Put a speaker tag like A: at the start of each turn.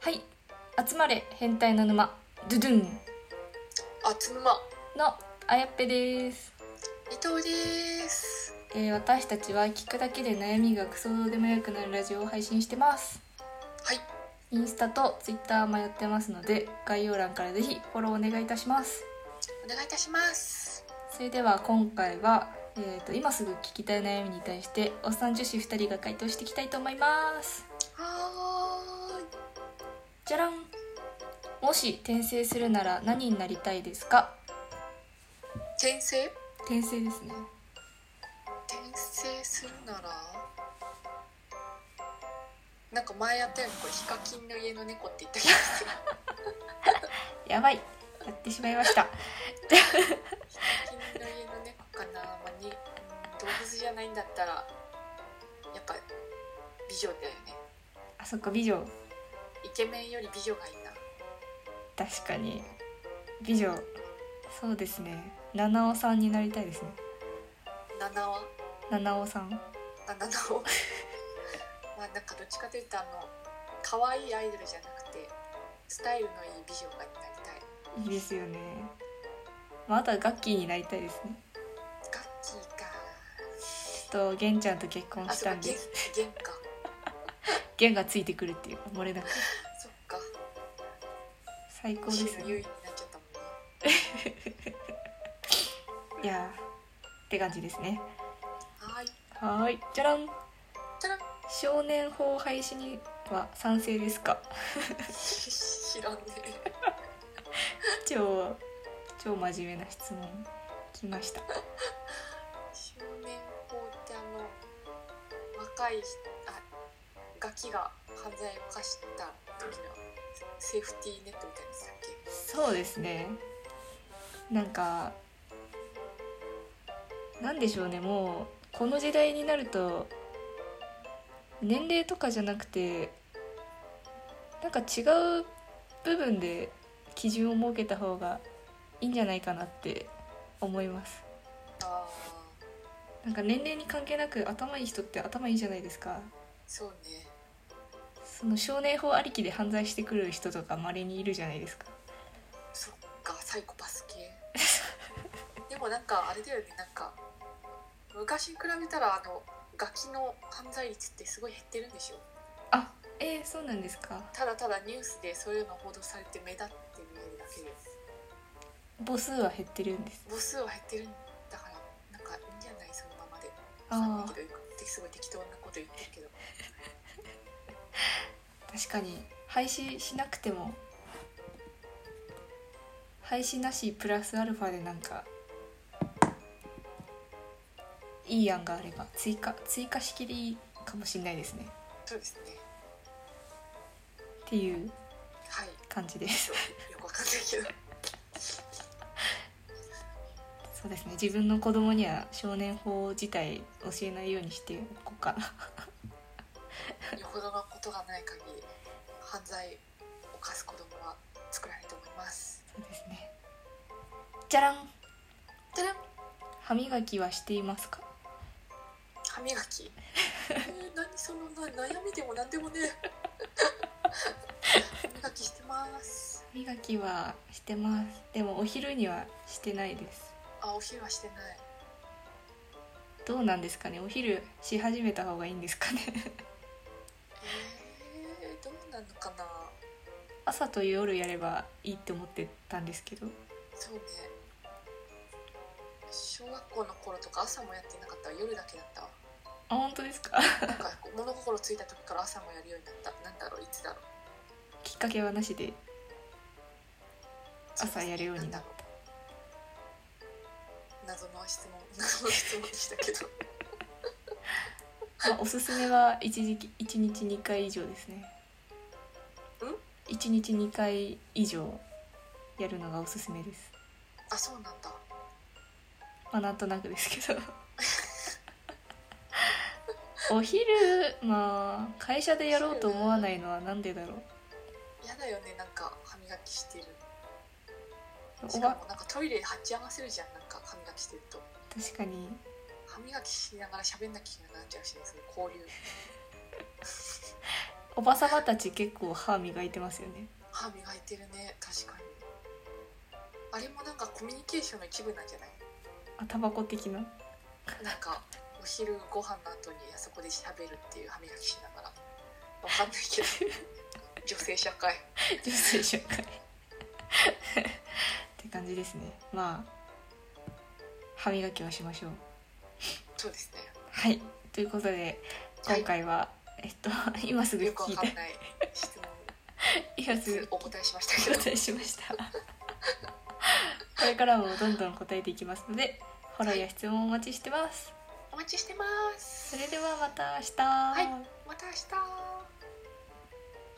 A: はい集まれ変態の沼ドゥドゥン
B: あつぬま
A: のあやっぺです、
B: 伊藤です
A: えー私たちは聞くだけで悩みがクソどうでもよくなるラジオを配信してます
B: はい
A: インスタとツイッターもやってますので概要欄からぜひフォローお願いいたします
B: お願いいたします
A: それでは今回は、えー、と今すぐ聞きたい悩みに対しておっさん女子2人が回答していきたいと思います
B: はーい
A: じゃらんもし転生するなら何になりたいですか
B: 転生
A: 転生ですね
B: 転生するならなんか前やったよねこれヒカキンの家の猫って言った気がする
A: やばいやってしまいました
B: ヒカキンの家の猫かな、まあ、にうん動物じゃないんだったらやっぱ美女だよね
A: あそっか美女
B: イケメンより美女がいいな
A: 確かに美女そうですね七尾さんになりたいですね
B: 七は
A: 七尾さん
B: あなの まあなんかどっちかというとあの可愛いアイドルじゃなくてスタイルのいい美女がになりたい
A: いいですよねまああとはガッキーになりたいですね
B: ガッキーか
A: ちょっとゲンちゃんと結婚
B: あ
A: し
B: そ
A: た
B: っか
A: ん
B: ゲン
A: で
B: ゲンか
A: ゲンがついてくるっていう漏れなく
B: そっか
A: 最高ですね
B: の優位になっちゃったもんね
A: いやーって感じですね
B: はーい
A: はーいじゃらん
B: じゃらん
A: 少年法廃止には賛成ですか
B: 知らんね
A: 超超真面目な質問来ました
B: 少年法ってあの若い人あガキが犯罪を犯した時のセーフティーネットみたいなやつだっけ
A: そうですねなんかなんでしょうねもうこの時代になると年齢とかじゃなくてなんか違う部分で基準を設けた方がいいんじゃないかなって思います
B: ああ
A: なんか年齢に関係なく頭いい人って頭いいじゃないですか
B: そうね
A: その少年法ありきで犯罪してくる人とか稀にいるじゃないですか
B: そっかサイコパス系でもなんかあれだよねなんか昔に比べたらあのガキの犯罪率ってすごい減ってるんでしょ
A: あえー、そうなんですか
B: ただただニュースでそういうの報道されて目立って見えるだけで
A: 母数は減ってるんです
B: 母数は減ってるんだからなんかいいんじゃないそのままで
A: ああ
B: けどってすごい適当なこと言ってるけど
A: 確かに廃止しなくても廃止なしプラスアルファでなんかいい案があれば追加追加しきりいいかもしれないですね
B: そうですね
A: っていう
B: はい
A: 感じです
B: よくわかんないけど
A: そうですね自分の子供には少年法自体教えないようにしておこうかな
B: よほどのことがない限り犯罪を犯す子供は作らないと思います
A: そうですねじゃらん
B: ただ
A: 歯磨きはしていますか
B: 歯磨き、えー、何そのな悩みでも何でもね歯磨きしてます
A: 歯磨きはしてますでもお昼にはしてないです
B: あお昼はしてない
A: どうなんですかねお昼し始めた方がいいんですかね
B: えー、どうなのかな
A: 朝と夜やればいいって思ってたんですけど
B: そうね小学校の頃とか朝もやってなかったわ夜だけだったわ
A: あ本当ですか
B: なんかこう物心ついた時から朝もやるようになったなんだろういつだろう
A: きっかけはなしで朝やるようになった
B: 謎の質問 謎の質問でしたけど
A: まあおすすめは一時期一日2回以上ですね1日2回以上やるのがおすすめです
B: あそうなんだ
A: まあなんとなくですけど お昼まあ会社でやろうと思わないのはなんでだろう
B: 嫌だよねなんか歯磨きしてるし
A: おば
B: かもなんかトイレで鉢合わせるじゃんなんか歯磨きしてると
A: 確かに
B: 歯磨きしながら喋んなきゃいけなくなっちゃうしねその交流
A: おばさまたち結構歯磨いてますよね
B: 歯磨いてるね確かにあれもなんかコミュニケーションの一部なんじゃない
A: あタバコ的な
B: なんかお昼ご飯の後にあそこで喋るっていう歯磨きしながらわかんないけど女性社会
A: 女性社会って感じですねまあ歯磨きをしましょう
B: そうですね
A: はいということで今回は、えっと今すぐ
B: よくわ
A: 聞い
B: か
A: た
B: んない質問
A: 今す
B: に
A: ぐ
B: お答えしました
A: お
B: けど
A: 答えしましたこれからもどんどん答えていきますのでフォローや質問をお待ちしてます
B: お待ちしてま
A: そ
B: す
A: れではまた明日、
B: いまた明日